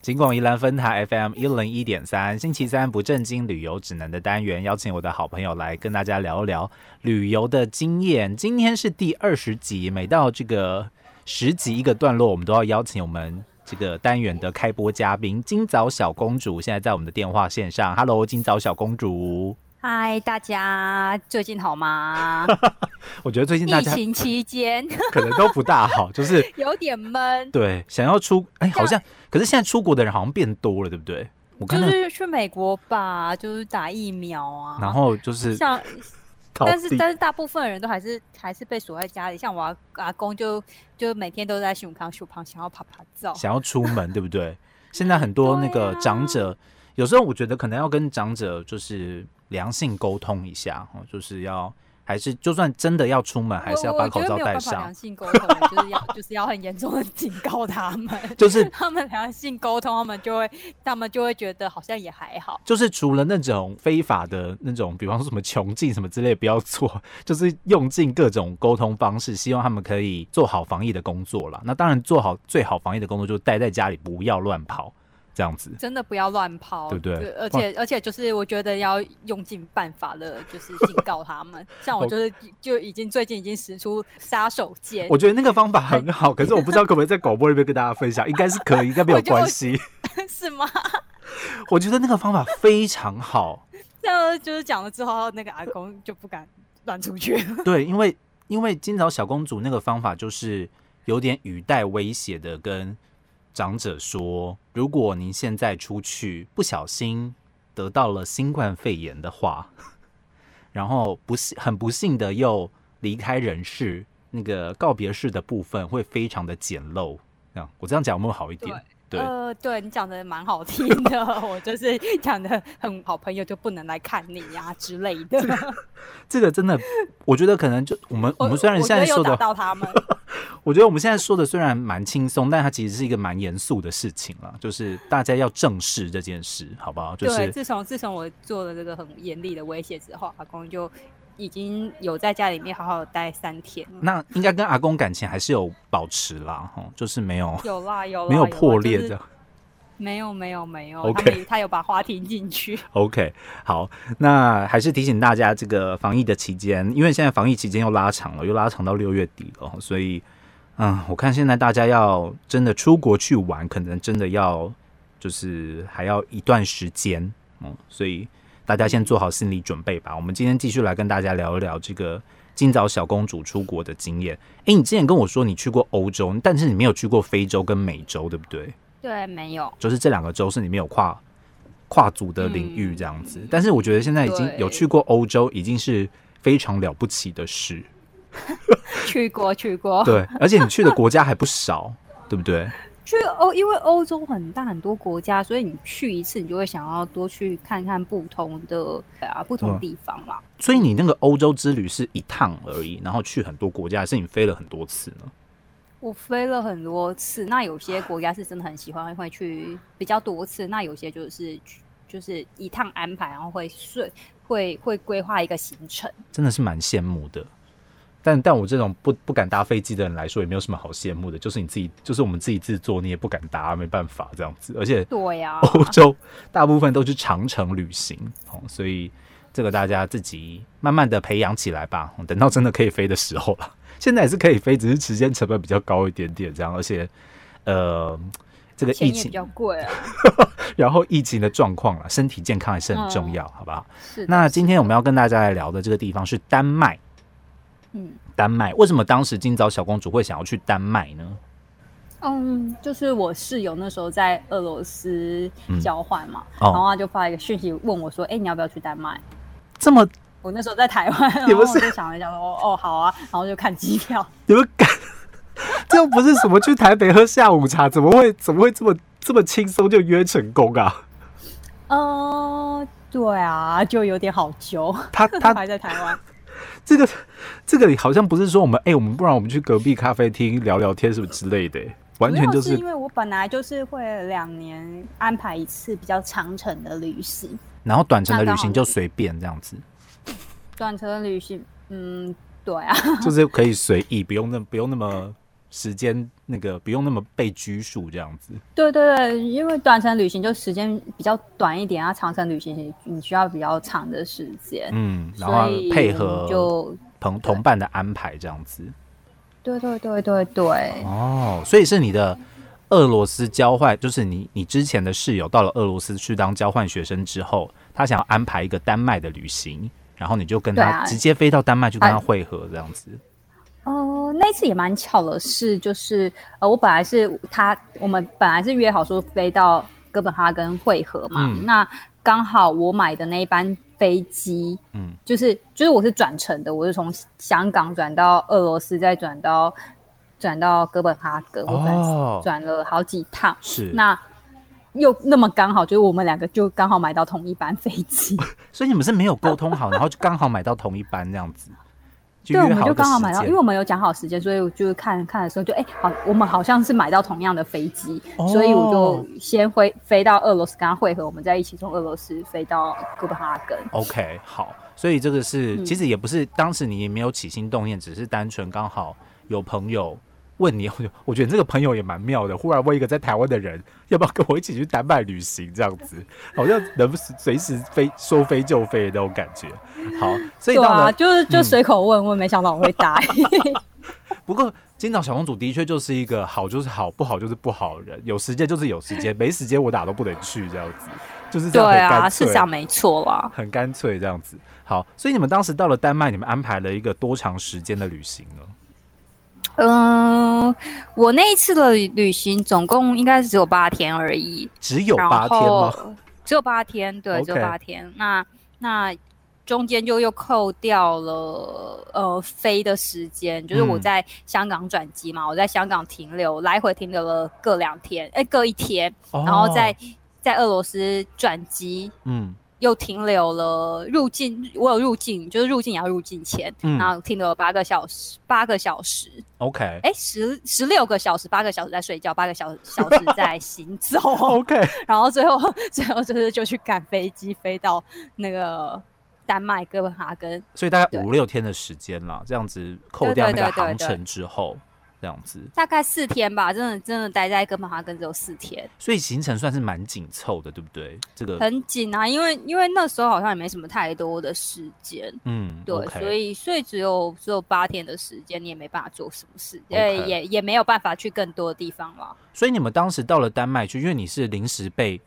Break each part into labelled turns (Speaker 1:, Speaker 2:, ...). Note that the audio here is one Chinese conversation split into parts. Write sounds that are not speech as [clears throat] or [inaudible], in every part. Speaker 1: 尽管宜兰分台 FM 一零一点三，星期三不正经旅游指南的单元，邀请我的好朋友来跟大家聊一聊旅游的经验。今天是第二十集，每到这个十集一个段落，我们都要邀请我们这个单元的开播嘉宾今早小公主，现在在我们的电话线上。Hello，今早小公主，
Speaker 2: 嗨，大家最近好吗？
Speaker 1: 我觉得最近 [laughs] 大
Speaker 2: 疫
Speaker 1: [laughs] 家
Speaker 2: 情期间 [laughs]
Speaker 1: 可能都不大好，就是 [laughs]
Speaker 2: 有点闷，
Speaker 1: 对想要出，哎，好像可是现在出国的人好像变多了，对不对？我
Speaker 2: 就
Speaker 1: 看到，
Speaker 2: 是去美国吧，就是打疫苗啊。
Speaker 1: 然后就是
Speaker 2: 像，
Speaker 1: 逃
Speaker 2: 但是
Speaker 1: 避
Speaker 2: 但是大部分人都还是还是被锁在家里。像我阿阿公就就每天都在秀康秀胖，想要爬爬照。
Speaker 1: 想要出门，对不对？ [laughs] 现在很多那个
Speaker 2: 对啊
Speaker 1: 长者，有时候我觉得可能要跟长者就是良性沟通一下，哦，就是要还是就算真的要出门，还
Speaker 2: 我
Speaker 1: 是要
Speaker 2: 我
Speaker 1: 把
Speaker 2: 觉
Speaker 1: 口
Speaker 2: 得
Speaker 1: 罩
Speaker 2: 没有
Speaker 1: 戴
Speaker 2: 办法
Speaker 1: 上
Speaker 2: 良。性沟通，啊就是要 [laughs] 就是要很严重的警告他们。
Speaker 1: 就是
Speaker 2: [laughs] 他们良性沟通，他们就会他们就会觉得好像也还好。
Speaker 1: 就是除了那种非法的那种，比方说什么穷尽什么之类不要做， [laughs] 就是用尽各种沟通方式，希望他们可以做好防疫的工作啦。那当然做好最好防疫的工作，就是待在家里，不要乱跑，这样子。
Speaker 2: 真的不要乱抛，
Speaker 1: 对不对
Speaker 2: 而
Speaker 1: 不
Speaker 2: 且而且就是我觉得要用尽办法的，就是警告他们。像我
Speaker 1: 好
Speaker 2: 就是就已经最近已经使出杀手锏，
Speaker 1: 我觉得那个方法很好，可是我不知道可不可以在广播里面跟大家分享，应该是可以，应该没有 [laughs]
Speaker 2: 我觉得我
Speaker 1: 关系。
Speaker 2: [laughs] 是吗？ [laughs]
Speaker 1: 我觉得那个方法非常好， [laughs]
Speaker 2: 那就是讲了之后，那个阿公就不敢乱出去。
Speaker 1: 对，因为因为今早小公主那个方法就是有点语带威胁的跟长者说，如果您现在出去不小心得到了新冠肺炎的话， [laughs] 然后不幸很不幸的又离开人世，那个告别式的部分会非常的简陋。这样我这样讲有没有好一点？对，
Speaker 2: [laughs] 呃，对你讲的蛮好听的， [laughs] 我就是讲的很好，朋友就不能来看你呀、之类的。 [laughs]
Speaker 1: 这个真的，我觉得可能就我们我们虽然
Speaker 2: 我
Speaker 1: 现在
Speaker 2: 觉得有
Speaker 1: 说的
Speaker 2: 打到他们，
Speaker 1: 我觉得我们现在说的虽然蛮轻松，但它其实是一个蛮严肃的事情啦，就是大家要正视这件事，好不 [laughs] 好？就
Speaker 2: 对，
Speaker 1: 是
Speaker 2: 自从自从我做了这个很严厉的威胁之后，阿公就已经有在家里面好好待三天了。
Speaker 1: 那应该跟阿公感情还是有保持啦，吼，就是没有
Speaker 2: [laughs] 有啦有啦，
Speaker 1: 没有
Speaker 2: 有
Speaker 1: 破裂这
Speaker 2: 的、就是
Speaker 1: 样。
Speaker 2: 没有没有没有
Speaker 1: OK
Speaker 2: 他们他有把话听进 [laughs] 去，
Speaker 1: OK，好，那还是提醒大家，这个防疫的期间，因为现在防疫期间又拉长了，又拉长到六月底了，所以，嗯，我看现在大家要真的出国去玩，可能真的要就是还要一段时间，嗯，所以大家先做好心理准备吧。我们今天继续来跟大家聊一聊这个今早小公主出国的经验。诶，你之前跟我说你去过欧洲，但是你没有去过非洲跟美洲，对不对？
Speaker 2: 对，没有，
Speaker 1: 就是这两个州是你没有跨跨足的领域这样子。
Speaker 2: 嗯
Speaker 1: 但是我觉得现在已经
Speaker 2: 对
Speaker 1: 有去过欧洲，已经是非常了不起的事。
Speaker 2: 去过去过，
Speaker 1: 对，而且你去的国家还不少， [laughs] 对不对？
Speaker 2: 去欧，因为欧洲很大很多国家，所以你去一次，你就会想要多去看看不同的对啊不同
Speaker 1: 嗯
Speaker 2: 地方嘛。
Speaker 1: 所以你那个欧洲之旅是一趟而已，然后去很多国家，还是你飞了很多次呢？
Speaker 2: 我飞了很多次，那有些国家是真的很喜欢，会去比较多次；那有些就是就是一趟安排，然后会顺会会规划一个行程。
Speaker 1: 真的是蛮羡慕的。但但我这种不不敢搭飞机的人来说，也没有什么好羡慕的，就是你自己，就是我们自己制作，你也不敢搭，没办法这样子。而且
Speaker 2: 对啊呀、
Speaker 1: 欧洲大部分都是长程旅行哦，所以这个大家自己慢慢的培养起来吧。哦等到真的可以飞的时候了， [laughs] 现在也是可以飞，只是时间成本比较高一点点这样，而且呃，这个
Speaker 2: 钱
Speaker 1: 疫
Speaker 2: 也比
Speaker 1: 情，
Speaker 2: 较贵嗯啊。
Speaker 1: [laughs] 然后疫情的状况啦，身体健康还是很重要，好不好？
Speaker 2: 是的，
Speaker 1: 那今
Speaker 2: 是
Speaker 1: 天我
Speaker 2: 的
Speaker 1: 们要跟大家来聊的这个地方是丹麦，
Speaker 2: 嗯
Speaker 1: 丹麦为什么当时今早小公主会想要去丹麦呢？
Speaker 2: 嗯，就是我室友那时候在俄罗斯
Speaker 1: 嗯
Speaker 2: 交换嘛，
Speaker 1: 哦
Speaker 2: 然后他就发一个讯息问我说：“哎、你要不要去丹麦
Speaker 1: 这么？”
Speaker 2: 我那时候在台
Speaker 1: [laughs]
Speaker 2: 湾，然
Speaker 1: 你
Speaker 2: 后
Speaker 1: 不
Speaker 2: 我
Speaker 1: 是
Speaker 2: 就想了一想说：“哦，好啊。”然后就看机票。 [laughs]
Speaker 1: 你们敢？ [laughs] 这又不是什么去台北喝下午茶，怎么会怎么会这么这么轻松就约成功
Speaker 2: [laughs]
Speaker 1: 啊？
Speaker 2: 呃，对啊，就有点好揪。
Speaker 1: 他他
Speaker 2: [laughs] 还在台湾。
Speaker 1: 这个这个好像不是说我们哎、我们不然我们去隔壁咖啡厅聊聊天什么之类的、 [laughs] 完
Speaker 2: 主
Speaker 1: 全
Speaker 2: 要
Speaker 1: 就是
Speaker 2: 因为我本来就是会两年安排一次比较长程的旅行，
Speaker 1: 然后短程的旅行
Speaker 2: 那刚好
Speaker 1: 就随便这样子，
Speaker 2: [laughs] 短程的旅行，嗯，对啊，
Speaker 1: 就是可以随意，不用那不用那么时间那个不用那么被拘束这样子。
Speaker 2: 对对对，因为短程旅行就时间比较短一点啊，长程旅行你需要比较长的时间。
Speaker 1: 嗯，然
Speaker 2: 所
Speaker 1: 后
Speaker 2: 以
Speaker 1: 配合
Speaker 2: 就
Speaker 1: 同同伴的安排这样子。
Speaker 2: 对对对对对，
Speaker 1: 哦，所以是你的俄罗斯交换，就是你你之前的室友到了俄罗斯去当交换学生之后，他想要安排一个丹麦的旅行，然后你就跟
Speaker 2: 对
Speaker 1: 他
Speaker 2: 啊
Speaker 1: 直接飞到丹麦去跟他
Speaker 2: 哎
Speaker 1: 会合这样子。
Speaker 2: 哦、那一次也蛮巧的是，就是呃，我本来是他，我们本来是约好说飞到哥本哈根会合嘛，
Speaker 1: 嗯
Speaker 2: 那刚好我买的那一班飞机，
Speaker 1: 嗯
Speaker 2: 就是就是我是转乘的，我是从香港转到俄罗斯，再转到转到哥本哈根，我可
Speaker 1: 哦
Speaker 2: 能转了好几趟，
Speaker 1: 是，
Speaker 2: 那又那么刚好，就是我们两个就刚好买到同一班飞机， [laughs]
Speaker 1: 所以你们是没有沟通好，然后就刚好买到同一班这样子，就
Speaker 2: 对，
Speaker 1: 约
Speaker 2: 我
Speaker 1: 好
Speaker 2: 们就
Speaker 1: 一个
Speaker 2: 刚好
Speaker 1: 时
Speaker 2: 买到，
Speaker 1: 间
Speaker 2: 因为我们有讲好时间，所以我就看看的时候就哎、好，我们好像是买到同样的飞机，
Speaker 1: 哦
Speaker 2: 所以我就先飞飞到俄罗斯跟他会合，我们再一起从俄罗斯飞到哥本哈根。
Speaker 1: OK，好，所以这个是、
Speaker 2: 嗯
Speaker 1: 其实也不是当时你也没有起心动念，只是单纯刚好有朋友问你，我觉得你这个朋友也蛮妙的，忽然问一个在台湾的人要不要跟我一起去丹麦旅行，这样子好像能随时飞说飞就飞的那种感觉。好，所以
Speaker 2: 对
Speaker 1: 到了、嗯
Speaker 2: 啊，就是就随口问问，没想到我会
Speaker 1: [laughs]
Speaker 2: 答应。
Speaker 1: 不过，金岛小公主的确就是一个好就是好，不好就是不好的人。有时间就是有时间，没时间我哪都不能去，这样子就是这
Speaker 2: 对
Speaker 1: 样很
Speaker 2: 啊，
Speaker 1: 干
Speaker 2: 是
Speaker 1: 脆。
Speaker 2: 这样没错啊啦。
Speaker 1: 很干脆这样子。好，所以你们当时到了丹麦，你们安排了一个多长时间的旅行呢？
Speaker 2: 嗯、我那一次的旅行总共应该是只有八天而已，
Speaker 1: 只有
Speaker 2: 然
Speaker 1: 八天吗？
Speaker 2: 后只有八天，对
Speaker 1: OK
Speaker 2: 只有八天。那那中间就又扣掉了呃飞的时间，就是我
Speaker 1: 嗯
Speaker 2: 在香港转机嘛，我在香港停留，来回停留了各两天，哎、各一天，
Speaker 1: 哦
Speaker 2: 然后在、在俄罗斯转机。
Speaker 1: 嗯
Speaker 2: 又停留了入境，我有入境，就是入境也要入境前，
Speaker 1: 嗯
Speaker 2: 然后停留了八个小时，八个小时，
Speaker 1: ，OK
Speaker 2: 哎，十十六个小时，八个小时在睡觉，八个小小时在行
Speaker 1: [laughs]
Speaker 2: 走，
Speaker 1: [laughs] OK，
Speaker 2: 然后最后 [laughs] 最后就是就去赶飞机飞到那个丹麦哥本哈根，
Speaker 1: 所以大概
Speaker 2: 对
Speaker 1: 五六天的时间啦，这样子扣掉那
Speaker 2: 对
Speaker 1: 个
Speaker 2: 对对对
Speaker 1: 航
Speaker 2: 对
Speaker 1: 程之后，这样子，
Speaker 2: 大概四天吧，真的真的待在哥本哈根只有四天，
Speaker 1: 所以行程算是蛮紧凑的，对不对？这个
Speaker 2: 很紧啊，因为因为那时候好像也没什么太多的时间。
Speaker 1: 嗯，
Speaker 2: 对
Speaker 1: o k
Speaker 2: 所以所以只有只有八天的时间，你也没办法做什么事，
Speaker 1: OK
Speaker 2: 呃也也没有办法去更多的地方了。
Speaker 1: 所以你们当时到了丹麦去，因为你是临时被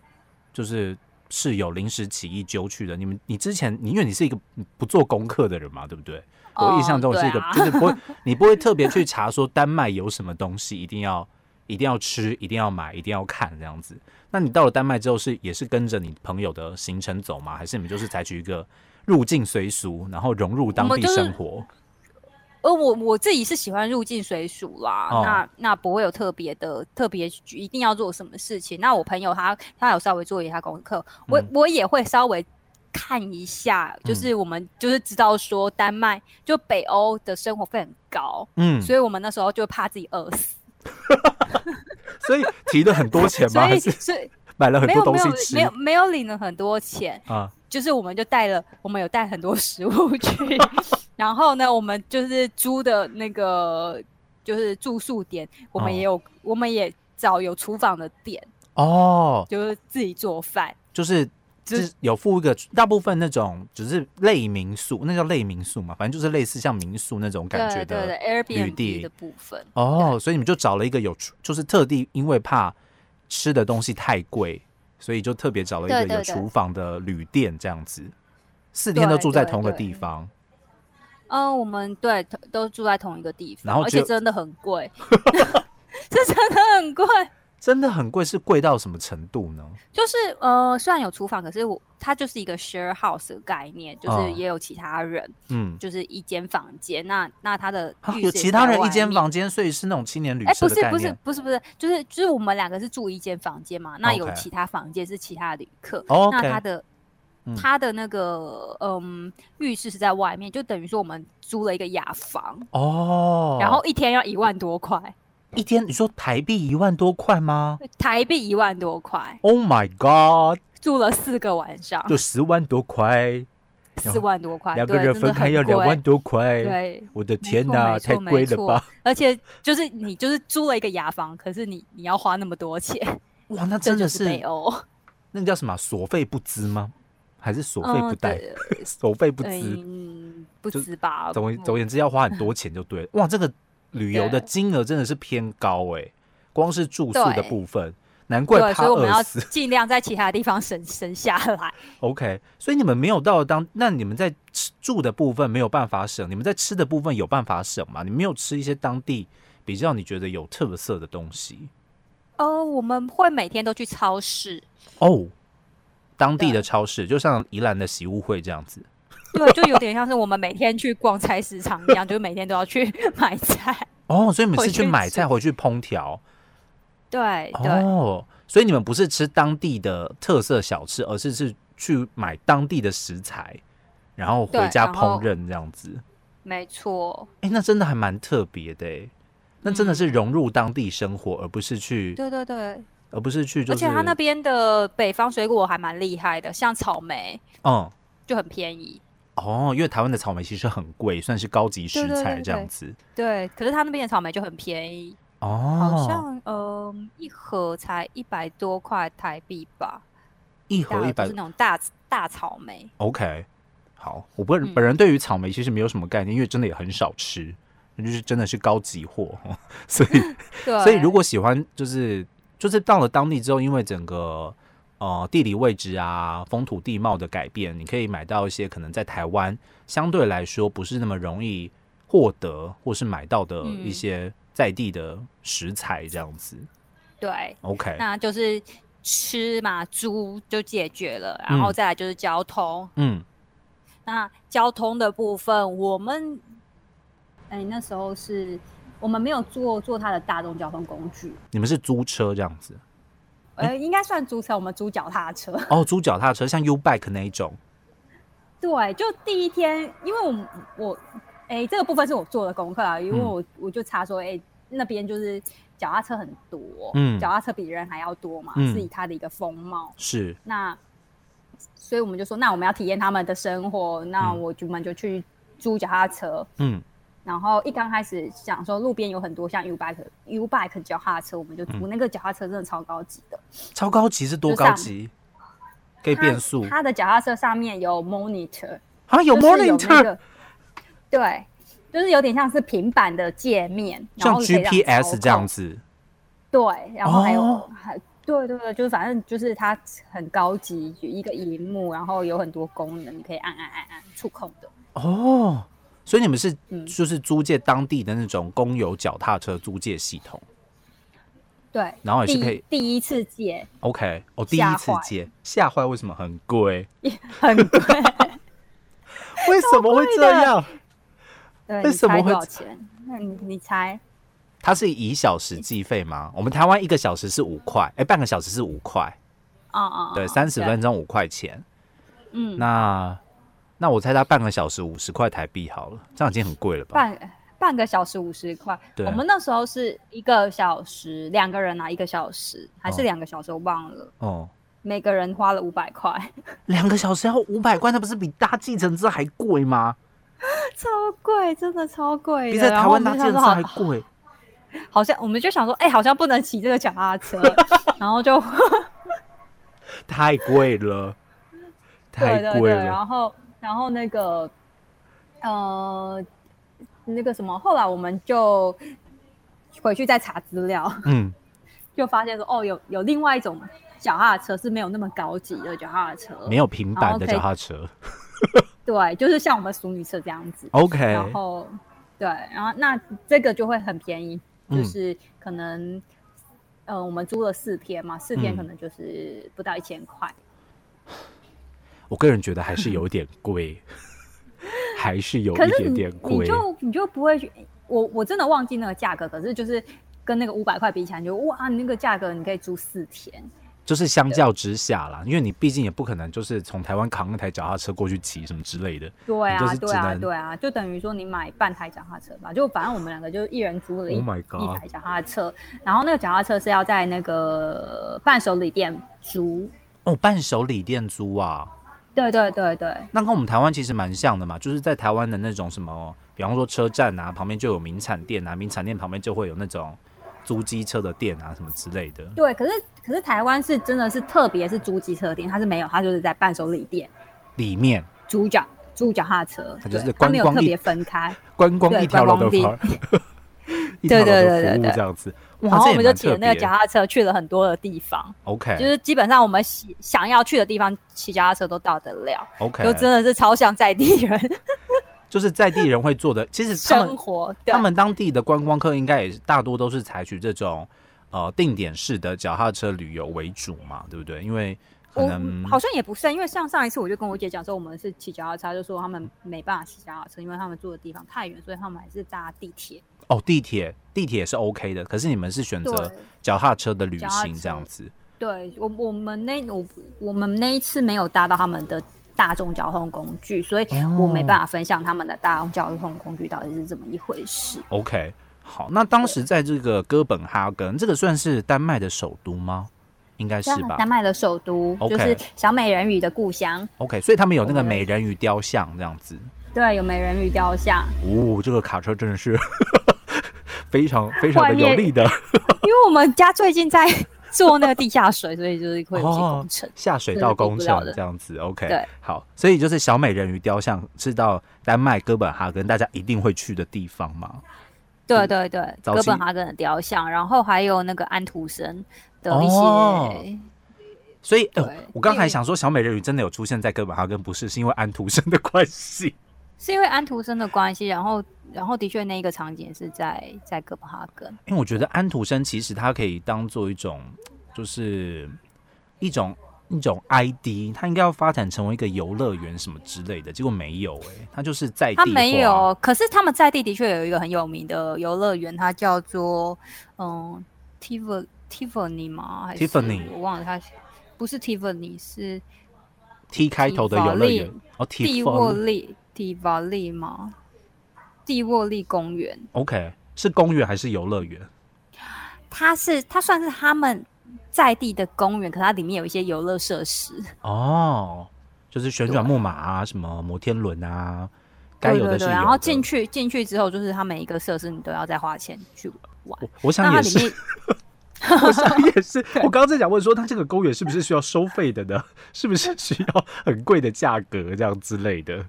Speaker 1: 就是室友临时起意揪去的。你们你之前你因为你是一个不做功课的人嘛，对不对？我印象中你是一个、
Speaker 2: 哦
Speaker 1: 就
Speaker 2: 对啊
Speaker 1: 是不
Speaker 2: [laughs]
Speaker 1: 会，你不会特别去查说丹麦有什么东西一定要一定要吃、一定要买、一定要看这样子。那你到了丹麦之后是也是跟着你朋友的行程走吗？还是你们就是采取一个入境随俗，然后融入当
Speaker 2: 我
Speaker 1: 地
Speaker 2: 们就是
Speaker 1: 生活？
Speaker 2: 呃，我我自己是喜欢入境随俗啦，
Speaker 1: 哦
Speaker 2: 那那不会有特别的特别去一定要做什么事情。那我朋友他他有稍微做一下功课，我、
Speaker 1: 嗯
Speaker 2: 我也会稍微看一下，就是我们就是知道说丹麦就北欧的生活费很高，
Speaker 1: 嗯，
Speaker 2: 所以我们那时候就怕自己饿死，
Speaker 1: 所以提了很多钱吗？
Speaker 2: [laughs] 所
Speaker 1: 还
Speaker 2: 以
Speaker 1: 是
Speaker 2: 所以
Speaker 1: 买了很
Speaker 2: 没
Speaker 1: 多
Speaker 2: 有
Speaker 1: 东
Speaker 2: 没有
Speaker 1: 西吃
Speaker 2: 没有没有领了很多钱，
Speaker 1: 啊？
Speaker 2: 就是我们就带了，我们有带很多食物
Speaker 1: [laughs]
Speaker 2: 去，然后呢，我们就是租的那个就是住宿点，我们也有，我们也找有厨房的店，
Speaker 1: 哦，
Speaker 2: 就是自己做饭。
Speaker 1: 就是
Speaker 2: 就
Speaker 1: 就是有附一个大部分那种只是类民宿，那叫类民宿嘛，反正就是类似像民宿那种感觉
Speaker 2: 对对
Speaker 1: 的。
Speaker 2: 对
Speaker 1: 地
Speaker 2: ，Airbnb 的部分，
Speaker 1: 哦，所以你们就找了一个有厨，就是特地因为怕吃的东西太贵，所以就特别找了一
Speaker 2: 对
Speaker 1: 个
Speaker 2: 对
Speaker 1: 有
Speaker 2: 对
Speaker 1: 厨房的旅店这样子。四天都
Speaker 2: 对
Speaker 1: 住在
Speaker 2: 对
Speaker 1: 同一个
Speaker 2: 对
Speaker 1: 地方，
Speaker 2: 嗯，我们对都都住在同一个地
Speaker 1: 然
Speaker 2: 方，
Speaker 1: 后
Speaker 2: 而
Speaker 1: 只有
Speaker 2: 且真的很
Speaker 1: [laughs]
Speaker 2: 贵， [laughs] 是真的很贵。
Speaker 1: 真的很贵，是贵到什么程度呢？
Speaker 2: 就是呃，虽然有厨房，可是我它就是一个 share house 的概念，就
Speaker 1: 哦
Speaker 2: 是也有其他人，
Speaker 1: 嗯，
Speaker 2: 就是一间房间。那那他的
Speaker 1: 啊
Speaker 2: 浴
Speaker 1: 有
Speaker 2: 室
Speaker 1: 其
Speaker 2: 也
Speaker 1: 他
Speaker 2: 在
Speaker 1: 人一
Speaker 2: 外
Speaker 1: 间
Speaker 2: 面
Speaker 1: 房间，所以是那种青年旅
Speaker 2: 哎、
Speaker 1: 社的
Speaker 2: 不是
Speaker 1: 概
Speaker 2: 不是
Speaker 1: 念。
Speaker 2: 不是不是，就是就是我们两个是住一间房间嘛，那有
Speaker 1: OK 哦
Speaker 2: 其他房间是其他的旅客
Speaker 1: OK
Speaker 2: 那他的
Speaker 1: 嗯
Speaker 2: 他的那个嗯浴室是在外面，就等于说我们租了一个雅房，
Speaker 1: 哦，
Speaker 2: 然后一天要一万多块，
Speaker 1: 一天你说台币一万多块吗
Speaker 2: 台币一万多块，
Speaker 1: ？Oh my god！
Speaker 2: 住了四个晚上，
Speaker 1: 就十万多块，
Speaker 2: 四万多块，
Speaker 1: 两个
Speaker 2: 啊对
Speaker 1: 人
Speaker 2: 真的
Speaker 1: 分开
Speaker 2: 很
Speaker 1: 要两
Speaker 2: 贵
Speaker 1: 万多块，
Speaker 2: 对，
Speaker 1: 我的
Speaker 2: 没
Speaker 1: 天
Speaker 2: 错
Speaker 1: 哪，
Speaker 2: 没
Speaker 1: 太
Speaker 2: 错
Speaker 1: 贵
Speaker 2: 没
Speaker 1: 了
Speaker 2: 错
Speaker 1: 吧！
Speaker 2: 而且就是你就是租了一个雅房，可是你你要花那么多钱，
Speaker 1: 哇，那
Speaker 2: 这
Speaker 1: 真
Speaker 2: 就
Speaker 1: 的
Speaker 2: 是
Speaker 1: 是
Speaker 2: 北欧， [laughs]
Speaker 1: 那个叫什么啊所费不赀吗？还是所费
Speaker 2: 嗯，
Speaker 1: 不贷？
Speaker 2: 对
Speaker 1: [laughs] 所费不赀。
Speaker 2: 嗯，不
Speaker 1: 就
Speaker 2: 知吧？嗯
Speaker 1: 总而
Speaker 2: 我
Speaker 1: 总而言之，要花很多钱就对了。哇，这个旅游的
Speaker 2: 对
Speaker 1: 金额真的是偏高哎、光是住宿的
Speaker 2: 对
Speaker 1: 部分，难怪
Speaker 2: 对，所
Speaker 1: 他
Speaker 2: 以我们要
Speaker 1: 饿死。 [laughs]
Speaker 2: 尽量在其他地方省省下来。
Speaker 1: OK，所以你们没有到当，那你们在吃住的部分没有办法省，你们在吃的部分有办法省吗？你们没有吃一些当地比较你觉得有特色的东西
Speaker 2: 哦，我们会每天都去超市，
Speaker 1: 哦？当地的
Speaker 2: 对
Speaker 1: 超市，就像宜兰的习物会这样子。
Speaker 2: 对，就有点像是我们每天去逛菜市场一样，就是每天都要去 [laughs] 买菜。
Speaker 1: 哦，所以每
Speaker 2: 回
Speaker 1: 次去
Speaker 2: 去
Speaker 1: 买
Speaker 2: 吃
Speaker 1: 菜回去烹调
Speaker 2: [laughs] 对对、
Speaker 1: 哦，所以你们不是吃当地的特色小吃，而是是去买当地的食材，然后回
Speaker 2: 对
Speaker 1: 家
Speaker 2: 然后
Speaker 1: 烹饪这样子。
Speaker 2: 没错，
Speaker 1: 哎、那真的还蛮特别的诶那真的是
Speaker 2: 嗯
Speaker 1: 融入当地生活，而不是去，
Speaker 2: 对对对，
Speaker 1: 而不是去就
Speaker 2: 而
Speaker 1: 是，
Speaker 2: 且它那边的北方水果还蛮厉害的，像草莓
Speaker 1: 嗯，
Speaker 2: 就很便宜。
Speaker 1: 哦，因为台湾的草莓其实很贵，算是高级食
Speaker 2: 对对
Speaker 1: 材
Speaker 2: 对
Speaker 1: 这样
Speaker 2: 对
Speaker 1: 子。
Speaker 2: 对，可是它那边的草莓就很便宜，好
Speaker 1: 哦，
Speaker 2: 像嗯、呃一盒才一百多块台币吧，
Speaker 1: 一
Speaker 2: 大
Speaker 1: 盒
Speaker 2: 盒
Speaker 1: 一
Speaker 2: 就
Speaker 1: 百
Speaker 2: 是那种大大草莓。
Speaker 1: ，OK，好，我本人、
Speaker 2: 嗯
Speaker 1: 本人对于草莓其实没有什么概念，因为真的也很少吃，就是真的是高级货， [laughs] 所以
Speaker 2: 对，
Speaker 1: 所以如果喜欢，就是就是到了当地之后，因为整个呃地理位置啊、风土地貌的改变，你可以买到一些可能在台湾相对来说不是那么容易获得或是买到的一
Speaker 2: 嗯
Speaker 1: 些在地的食材，这样子。
Speaker 2: 对，
Speaker 1: OK，
Speaker 2: 那就是吃嘛，租就解决了，然后
Speaker 1: 嗯
Speaker 2: 再来就是交通。
Speaker 1: 嗯，
Speaker 2: 那交通的部分，我们哎、那时候是我们没有坐坐它的大众交通工具，
Speaker 1: 你们是租车这样子？哎
Speaker 2: 呃，应该算租车，我们租脚踏车。
Speaker 1: 哦，租脚踏车，像 U Bike 那一种。
Speaker 2: 对，就第一天，因为我我哎、这个部分是我做的功课啊，因为
Speaker 1: 嗯
Speaker 2: 我、我就查说，哎、那边就是脚踏车很多，
Speaker 1: 嗯
Speaker 2: 脚踏车比人还要多嘛，
Speaker 1: 嗯
Speaker 2: 是以它的一个风貌。
Speaker 1: 是，
Speaker 2: 那所以我们就说，那我们要体验他们的生活，那
Speaker 1: 嗯
Speaker 2: 我就我们就去租脚踏车。
Speaker 1: 嗯
Speaker 2: 然后一刚开始想说，路边有很多像 U bike、U bike 脚踏车，我们就
Speaker 1: 嗯
Speaker 2: 租、那个脚踏车，真的超高级的。
Speaker 1: 超高级是多
Speaker 2: 就
Speaker 1: 高
Speaker 2: 上
Speaker 1: 级？可以变速
Speaker 2: 它它的脚踏车上面有 monitor，
Speaker 1: 啊？有
Speaker 2: 就是有
Speaker 1: monitor，、
Speaker 2: 那个，对，就是有点像是平板的界面，然
Speaker 1: 像
Speaker 2: 后可以让你
Speaker 1: GPS
Speaker 2: 操
Speaker 1: 这样
Speaker 2: 控，
Speaker 1: 子。
Speaker 2: 对，然后还有、
Speaker 1: 哦
Speaker 2: 还对对对，就是反正就是它很高级，一个荧幕，然后有很多功能，你可以按按按按触控的。
Speaker 1: 哦，所以你们是
Speaker 2: 嗯
Speaker 1: 就是租借当地的那种公有脚踏车租借系统
Speaker 2: 对，
Speaker 1: 然后也是
Speaker 2: 第
Speaker 1: 可以
Speaker 2: 第一次借
Speaker 1: ？OK，哦，第一
Speaker 2: 吓
Speaker 1: 次
Speaker 2: 坏
Speaker 1: 借吓坏，为什么很
Speaker 2: [laughs]
Speaker 1: 贵？
Speaker 2: 很
Speaker 1: [laughs]
Speaker 2: 贵，
Speaker 1: 为什么会这样？
Speaker 2: 对，
Speaker 1: 为
Speaker 2: 你
Speaker 1: 什么
Speaker 2: 猜
Speaker 1: 会
Speaker 2: 多少钱？那你你猜？
Speaker 1: 它是以小时计费吗？我们台湾一个小时是五块，哎，半个小时是五块，
Speaker 2: 啊啊，
Speaker 1: 对，
Speaker 2: 嗯
Speaker 1: 三十分，钟五块钱。
Speaker 2: 嗯，
Speaker 1: 那那我猜它半个小时五十块台币好了，这样已经很贵了吧？
Speaker 2: 半半个小时五十块。
Speaker 1: 对
Speaker 2: 我们那时候是一个小时，两个人拿啊一个小时，还
Speaker 1: 哦
Speaker 2: 是两个小时？我忘了，
Speaker 1: 哦，
Speaker 2: 每个人花了五百块， [laughs]
Speaker 1: 两个小时要五百块，那不是比搭计程车还贵吗？
Speaker 2: 超贵，真的超贵的。
Speaker 1: 比在
Speaker 2: 然
Speaker 1: 台
Speaker 2: 后我
Speaker 1: 湾
Speaker 2: 们
Speaker 1: 搭
Speaker 2: 就
Speaker 1: 计程
Speaker 2: 想
Speaker 1: 车
Speaker 2: 说
Speaker 1: 还
Speaker 2: 好
Speaker 1: 贵。
Speaker 2: 好像我们就想说，哎、好像不能骑这个脚踏
Speaker 1: [laughs]
Speaker 2: 车，然后就
Speaker 1: 太贵了，太
Speaker 2: 对对
Speaker 1: 贵
Speaker 2: 对，
Speaker 1: 了。
Speaker 2: 然后然后那个呃那个什么，后来我们就回去再查资料， [laughs]
Speaker 1: 嗯，
Speaker 2: 就发现说哦，有有另外一种脚踏车是没有那么高级的脚踏车，
Speaker 1: 没有平板的
Speaker 2: 然后可以
Speaker 1: 脚踏车。
Speaker 2: 对，就是像我们淑女车这样子，
Speaker 1: OK，
Speaker 2: 然后对，然后那这个就会很便宜，就
Speaker 1: 嗯
Speaker 2: 是可能。呃，我们租了四天嘛，四天
Speaker 1: 嗯
Speaker 2: 可能就是不到一千块，
Speaker 1: 我个人觉得还是有一点
Speaker 2: [laughs]
Speaker 1: 贵，还是有
Speaker 2: 可
Speaker 1: 一
Speaker 2: 是
Speaker 1: 点
Speaker 2: 你
Speaker 1: 点
Speaker 2: 你
Speaker 1: 贵。
Speaker 2: 就你就不会去，我我真的忘记那个价格，可是就是跟那个五百块比起来，你就哇，你那个价格你可以租四天，
Speaker 1: 就是相较之下啦，因为你毕竟也不可能就是从台湾扛那台脚踏车过去骑什么之类的。
Speaker 2: 对
Speaker 1: 你就
Speaker 2: 啊，
Speaker 1: 是
Speaker 2: 对
Speaker 1: 只
Speaker 2: 啊，
Speaker 1: 能
Speaker 2: 对啊，就等于说你买半台脚踏车吧，就反正我们两个就一人租了一、
Speaker 1: [laughs] Oh my
Speaker 2: 一
Speaker 1: god
Speaker 2: 台脚踏车，然后那个脚踏车是要在那个伴手礼店租，
Speaker 1: 哦，伴手礼店租啊，
Speaker 2: 对对对对，
Speaker 1: 那跟我们台湾其实蛮像的嘛，就是在台湾的那种什么，比方说车站啊，旁边就有名产店啊，名产店旁边就会有那种租机车的店啊，什么之类的。
Speaker 2: 对，可是可是台湾是真的是，特别是租机车店，它是没有，它就是在伴手礼店
Speaker 1: 里面
Speaker 2: 租脚租脚踏车，
Speaker 1: 它就是
Speaker 2: 对它
Speaker 1: 观
Speaker 2: 没有
Speaker 1: 光
Speaker 2: 特
Speaker 1: 地
Speaker 2: 别分开。
Speaker 1: 观光
Speaker 2: 对
Speaker 1: 一条龙的
Speaker 2: 观
Speaker 1: 跑
Speaker 2: 光， [laughs]
Speaker 1: 一条龙的
Speaker 2: 对对对
Speaker 1: 服
Speaker 2: 对
Speaker 1: 务
Speaker 2: 对
Speaker 1: 这样子。哇，
Speaker 2: 然后
Speaker 1: 这也
Speaker 2: 我们就
Speaker 1: 蛮
Speaker 2: 骑
Speaker 1: 特
Speaker 2: 着那个
Speaker 1: 别
Speaker 2: 脚踏车去了很多的地方，
Speaker 1: OK，
Speaker 2: 就是基本上我们想想要去的地方，骑脚踏车都到得了，
Speaker 1: OK，
Speaker 2: 就真的是超像在地人
Speaker 1: 就是在地人会做
Speaker 2: [laughs]
Speaker 1: 的。其实他
Speaker 2: 生
Speaker 1: 们
Speaker 2: 活。对
Speaker 1: 他们当地的观光客应该也是大多都是采取这种呃定点式的脚踏车旅游为主嘛，对不对？因为可
Speaker 2: 我
Speaker 1: 能
Speaker 2: 好像也不是，因为像上一次我就跟我姐讲说，我们是骑脚踏车，她就说他们没办法骑脚踏车，因为他们住的地方太远，所以他们还是搭地铁。
Speaker 1: 哦地铁地铁是 OK 的，可是你们是选择
Speaker 2: 对
Speaker 1: 脚踏车的旅
Speaker 2: 脚踏
Speaker 1: 行
Speaker 2: 车
Speaker 1: 这样子。
Speaker 2: 对我我们那我我们那一次没有搭到他们的大众交通工具，所以
Speaker 1: 哦
Speaker 2: 我没办法分享他们的大众交通工具到底是怎么一回事。
Speaker 1: OK，好，那当时在这个哥本哈根，这个算是丹麦的首都吗？应该是
Speaker 2: 像
Speaker 1: 吧
Speaker 2: 丹。麦的首都
Speaker 1: OK
Speaker 2: 就是小美人鱼的故乡，
Speaker 1: OK，所以他们有那个
Speaker 2: 我们
Speaker 1: 美人鱼雕像这样子。
Speaker 2: 对，有美人鱼雕像。 [laughs]
Speaker 1: 哦，这个卡车真的是非常非常的
Speaker 2: 外面
Speaker 1: 有力的
Speaker 2: 因为我们家最
Speaker 1: [laughs]
Speaker 2: 近在做那个地下水，所以就是会有一些
Speaker 1: 哦
Speaker 2: 工程。
Speaker 1: 下水道工
Speaker 2: 真
Speaker 1: 程
Speaker 2: 的比不了的
Speaker 1: 这样子。OK，
Speaker 2: 对
Speaker 1: 好，所以就是小美人鱼雕像是到丹麦哥本哈根大家一定会去的地方嘛。
Speaker 2: 对对对，
Speaker 1: 嗯早
Speaker 2: 哥
Speaker 1: 期
Speaker 2: 本哈根的雕像，然后还有那个安徒生的一些，
Speaker 1: 哦所以，呃
Speaker 2: 对，
Speaker 1: 我刚才
Speaker 2: 因为
Speaker 1: 想说小美人鱼真的有出现在哥本哈根，不是是因为安徒生的关系。
Speaker 2: 是因为安徒生的关系，然后然后的确那一个场景是在在哥本哈根。
Speaker 1: 因为我觉得安徒生其实他可以当做一种，就是一种一种 ID，他应该要发展成为一个游乐园什么之类的，结果没有哎、他就是在地化
Speaker 2: 他没有，可是他们在地的确有一个很有名的游乐园，它叫做嗯 Tiff Tiffany 吗？还是
Speaker 1: Tiffany
Speaker 2: 我忘了它是不是 Tiffany 是
Speaker 1: T 开头的游乐园哦
Speaker 2: 蒂
Speaker 1: ，T
Speaker 2: 沃利蒂瓦利吗？蒂沃利公园，
Speaker 1: OK 是公园还是游乐园？
Speaker 2: 它是它算是他们在地的公园，可它里面有一些游乐设施，
Speaker 1: 哦，就是旋转木马啊，什么摩天轮啊，该有的
Speaker 2: 对对
Speaker 1: 是有
Speaker 2: 对。
Speaker 1: 的。
Speaker 2: 然后进去进去之后，就是它每一个设施你都要再花钱去玩。
Speaker 1: 我我
Speaker 2: 那
Speaker 1: 想
Speaker 2: 它
Speaker 1: 也
Speaker 2: 里
Speaker 1: 是，
Speaker 2: 面
Speaker 1: [laughs] 我想也是。我刚刚在想问说，他这个公园是不是需要收费的呢？ [laughs] 是不是需要很贵的价格这样之类的？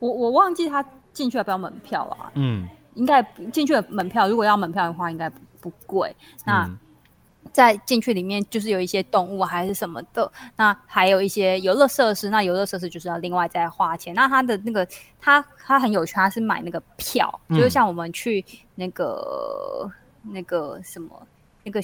Speaker 2: 我我忘记它进去要不要门票啊？
Speaker 1: 嗯。
Speaker 2: 应该进去的门票，如果要门票的话，应该不不贵。那
Speaker 1: 嗯
Speaker 2: 在进去里面，就是有一些动物啊还是什么的，那还有一些游乐设施。那游乐设施就是要另外再花钱。那它的那个，它它很有趣，它是买那个票，
Speaker 1: 嗯
Speaker 2: 就是像我们去那个那个什么那个，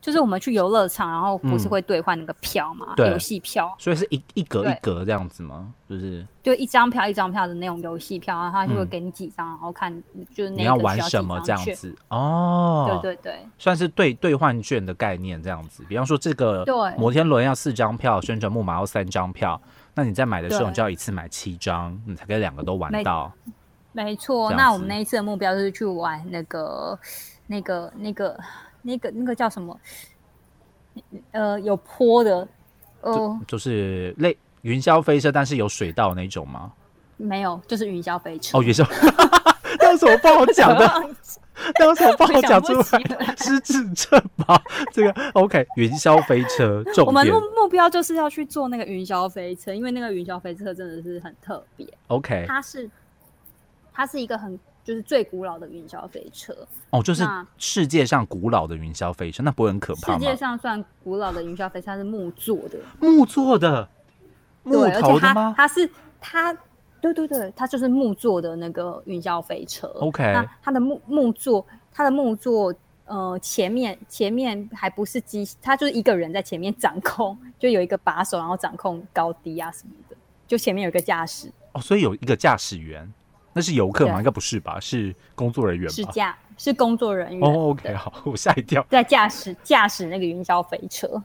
Speaker 2: 就是我们去游乐场，然后不
Speaker 1: 嗯
Speaker 2: 是会兑换那个票嘛，
Speaker 1: 对
Speaker 2: 游戏票。
Speaker 1: 所以是一一格
Speaker 2: 对
Speaker 1: 一格这样子吗？就是
Speaker 2: 就一张票一张票的那种游戏票，然后他就会
Speaker 1: 嗯
Speaker 2: 给你几张，然后看就是那
Speaker 1: 你
Speaker 2: 个
Speaker 1: 要
Speaker 2: 需
Speaker 1: 玩
Speaker 2: 几
Speaker 1: 什么
Speaker 2: 张
Speaker 1: 这样
Speaker 2: 券。
Speaker 1: 子哦
Speaker 2: 对，对对，
Speaker 1: 算是兑兑换券的概念这样子。比方说这个
Speaker 2: 对
Speaker 1: 摩天轮要四张票，旋转木马要三张票，那你在买的时候
Speaker 2: 对
Speaker 1: 你就要一次买七张，你才可以两个都玩
Speaker 2: 没
Speaker 1: 到。
Speaker 2: 没错。
Speaker 1: 这样
Speaker 2: 那我们
Speaker 1: 子
Speaker 2: 那一次的目标就是去玩那个、那个、那个、那个、那个叫什么？呃，有坡的，呃，
Speaker 1: 就是类云霄飞车，但是有水道那种吗？
Speaker 2: 没有，就是云霄飞车。
Speaker 1: 哦，云霄， [laughs] 那有什么不好讲的？那有什么不好讲出
Speaker 2: [laughs] 我想不起
Speaker 1: 来？ [laughs] 失智症吗？这个 OK，云霄飞车重
Speaker 2: 我们
Speaker 1: 点
Speaker 2: 目目标就是要去坐那个云霄飞车，因为那个云霄飞车真的是很特别，
Speaker 1: OK
Speaker 2: 它是它是一个很就是最古老的云霄飞车，
Speaker 1: 哦，就是
Speaker 2: 那
Speaker 1: 世界上古老的云霄飞车，那不会很可怕
Speaker 2: 世
Speaker 1: 吗
Speaker 2: 界？上算古老的云霄飞车，它是木做的，
Speaker 1: 木做的，木
Speaker 2: 对，而
Speaker 1: 头
Speaker 2: 且
Speaker 1: 的
Speaker 2: 它
Speaker 1: 吗？
Speaker 2: 它是它，对对对，它就是木做的那个云霄飞车。
Speaker 1: OK
Speaker 2: 那它的木木座，它的木座，呃，前面前面还不是机，它就是一个人在前面掌控，就有一个把手，然后掌控高低啊什么的，就前面有一个驾驶
Speaker 1: 哦，所以有一个驾驶员，那是游客吗？
Speaker 2: 对
Speaker 1: 应该不是吧？是工作人员
Speaker 2: 是
Speaker 1: 吧？
Speaker 2: 驾是工作人员。
Speaker 1: 哦，OK，好，我吓一跳。
Speaker 2: 在驾驶驾驶那个云霄飞车，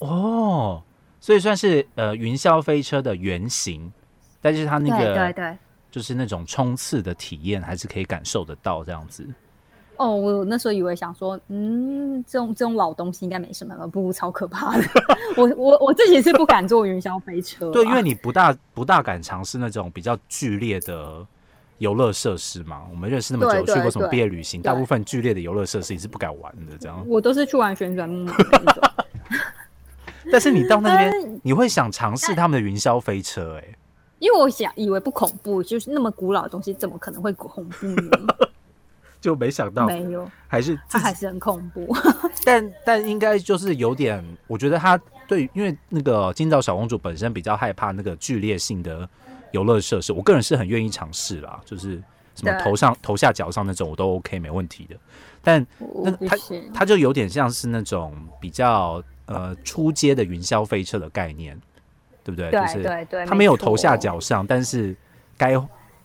Speaker 1: 哦，所以算是呃云霄飞车的原型，但是它那个
Speaker 2: 对对对
Speaker 1: 就是那种冲刺的体验还是可以感受得到这样子。
Speaker 2: 哦，我那时候以为想说，嗯，这种这种老东西应该没什么了，不过超可怕的。 [laughs] 我我我自己是不敢坐云霄飞车啊、
Speaker 1: 对，因为你不大不大敢尝试那种比较剧烈的游乐设施嘛。我们认识那么久，
Speaker 2: 对对
Speaker 1: 去过什么
Speaker 2: 对
Speaker 1: 毕业旅行，
Speaker 2: 对
Speaker 1: 大部分剧烈的游乐设施你是不敢玩的。这样，
Speaker 2: 我都是去玩旋转木马的那种。
Speaker 1: 但是你到那边
Speaker 2: 但，
Speaker 1: 你会想尝试他们的云霄飞车、欸，
Speaker 2: 因为我想以为不恐怖，就是那么古老的东西，怎么可能会恐怖呢？
Speaker 1: 就没想到
Speaker 2: 没有，
Speaker 1: 还是
Speaker 2: 它
Speaker 1: 自己
Speaker 2: 还是很恐怖。
Speaker 1: 但但应该就是有点，我觉得他对，因为那个金岛小公主本身比较害怕那个剧烈性的游乐设施，我个人是很愿意尝试啦，就是什么
Speaker 2: 对
Speaker 1: 头上、头下、脚上那种我都 OK 没问题的。但
Speaker 2: 我
Speaker 1: 那
Speaker 2: 不
Speaker 1: 个它
Speaker 2: 行，
Speaker 1: 它就有点像是那种比较呃出街的云霄飞车的概念，对不对？
Speaker 2: 对
Speaker 1: 就是
Speaker 2: 对对，
Speaker 1: 它没有头
Speaker 2: 错
Speaker 1: 下脚上，但是该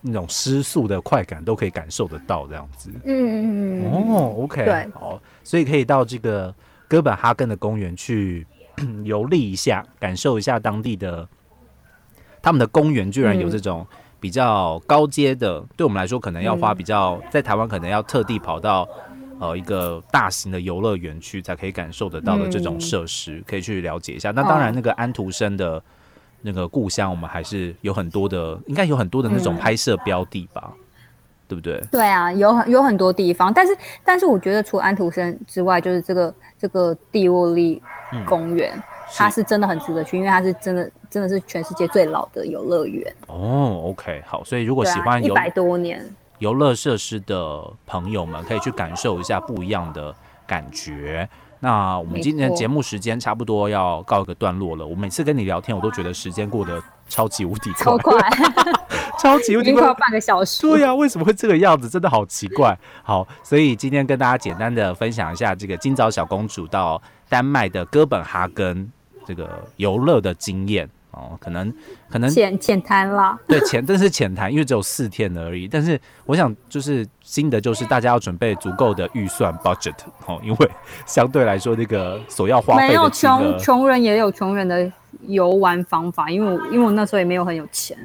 Speaker 1: 那种失速的快感都可以感受得到，这样子。
Speaker 2: 嗯。嗯嗯嗯，
Speaker 1: 哦，OK，
Speaker 2: 对
Speaker 1: 好，所以可以到这个哥本哈根的公园去 [clears throat] 游历一下，感受一下当地的他们的公园，居然有
Speaker 2: 嗯
Speaker 1: 这种比较高阶的，对我们来说可能要花
Speaker 2: 嗯
Speaker 1: 比较，在台湾可能要特地跑到呃一个大型的游乐园区才可以感受得到的这种
Speaker 2: 嗯
Speaker 1: 设施，可以去了解一下。那当然，那个安徒生的。那个故乡，我们还是有很多的，应该有很多的那种
Speaker 2: 嗯
Speaker 1: 拍摄标的吧，对不对？
Speaker 2: 对啊，有很有很多地方，但是但是我觉得除了安徒生之外，就是这个这个蒂沃利
Speaker 1: 嗯
Speaker 2: 公园，它是真的很值得去，因为它是真的真的是全世界最老的游乐园，
Speaker 1: 哦，OK，好，所以如果
Speaker 2: 对
Speaker 1: 喜
Speaker 2: 啊，
Speaker 1: 欢
Speaker 2: 一
Speaker 1: 游
Speaker 2: 百
Speaker 1: [laughs]
Speaker 2: 多年，
Speaker 1: 游乐设施的朋友们，可以去感受一下不一样的感觉。那我们今天的
Speaker 2: 没错
Speaker 1: 节目时间差不多要告一个段落了。我每次跟你聊天，我都觉得时间过得超级无敌
Speaker 2: 超
Speaker 1: 快， [laughs]
Speaker 2: 快，
Speaker 1: 超级无
Speaker 2: 已
Speaker 1: 敌
Speaker 2: 经快
Speaker 1: 快
Speaker 2: 要。半个小时。
Speaker 1: 对呀、啊为什么会这个样子？真的好奇怪。好，所以今天跟大家简单的分享一下这个今早小公主到丹麦的哥本哈根这个游乐的经验哦，可能可能
Speaker 2: 浅浅谈啦，
Speaker 1: [laughs] 对浅，但是浅谈，因为只有四天而已。但是我想，就是新的就是大家要准备足够的预算 budget 哦，因为 [laughs] 相对来说那个所要花
Speaker 2: 没
Speaker 1: 费
Speaker 2: 有
Speaker 1: 的金
Speaker 2: 穷
Speaker 1: 额
Speaker 2: 穷人也有穷人的游玩方法，因为我因为我那时候也没有很有钱，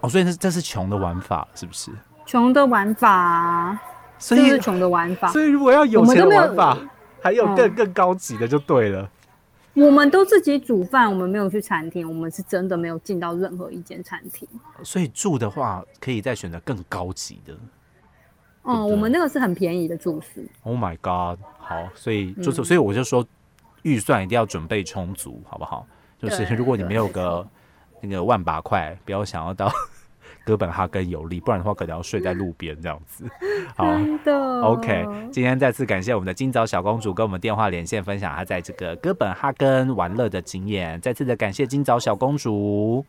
Speaker 1: 哦，所以这这是穷的玩法，是不是？
Speaker 2: 穷的玩法啊，
Speaker 1: 所
Speaker 2: 这
Speaker 1: 以
Speaker 2: 就是穷的玩法。
Speaker 1: 所以如果要有
Speaker 2: 我们
Speaker 1: 钱
Speaker 2: 都
Speaker 1: 的
Speaker 2: 没有
Speaker 1: 玩法，还有更
Speaker 2: 嗯
Speaker 1: 更高级的就对了。
Speaker 2: 我们都自己煮饭，我们没有去餐厅，我们是真的没有进到任何一间餐厅。
Speaker 1: 所以住的话，可以再选择更高级的。
Speaker 2: 嗯，
Speaker 1: 对
Speaker 2: 我们那个是很便宜的住宿。
Speaker 1: Oh my god！好，所以
Speaker 2: 嗯
Speaker 1: 就是，所以我就说，预算一定要准备充足，好不好？就是
Speaker 2: 对
Speaker 1: 如果你
Speaker 2: 对
Speaker 1: 没有
Speaker 2: 没错
Speaker 1: 个那个万把块，不要想要到 [laughs] 哥本哈根游历，不然的话可能要睡在路边这样子。好。
Speaker 2: [laughs] 真的
Speaker 1: OK，今
Speaker 2: 哦
Speaker 1: 天再次感谢我们的今早小公主跟我们电话连线，分享她在这个哥本哈根玩乐的经验。再次的感谢今早小公主，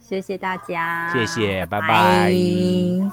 Speaker 2: 谢谢大家，
Speaker 1: 谢谢，拜
Speaker 2: 拜
Speaker 1: 拜。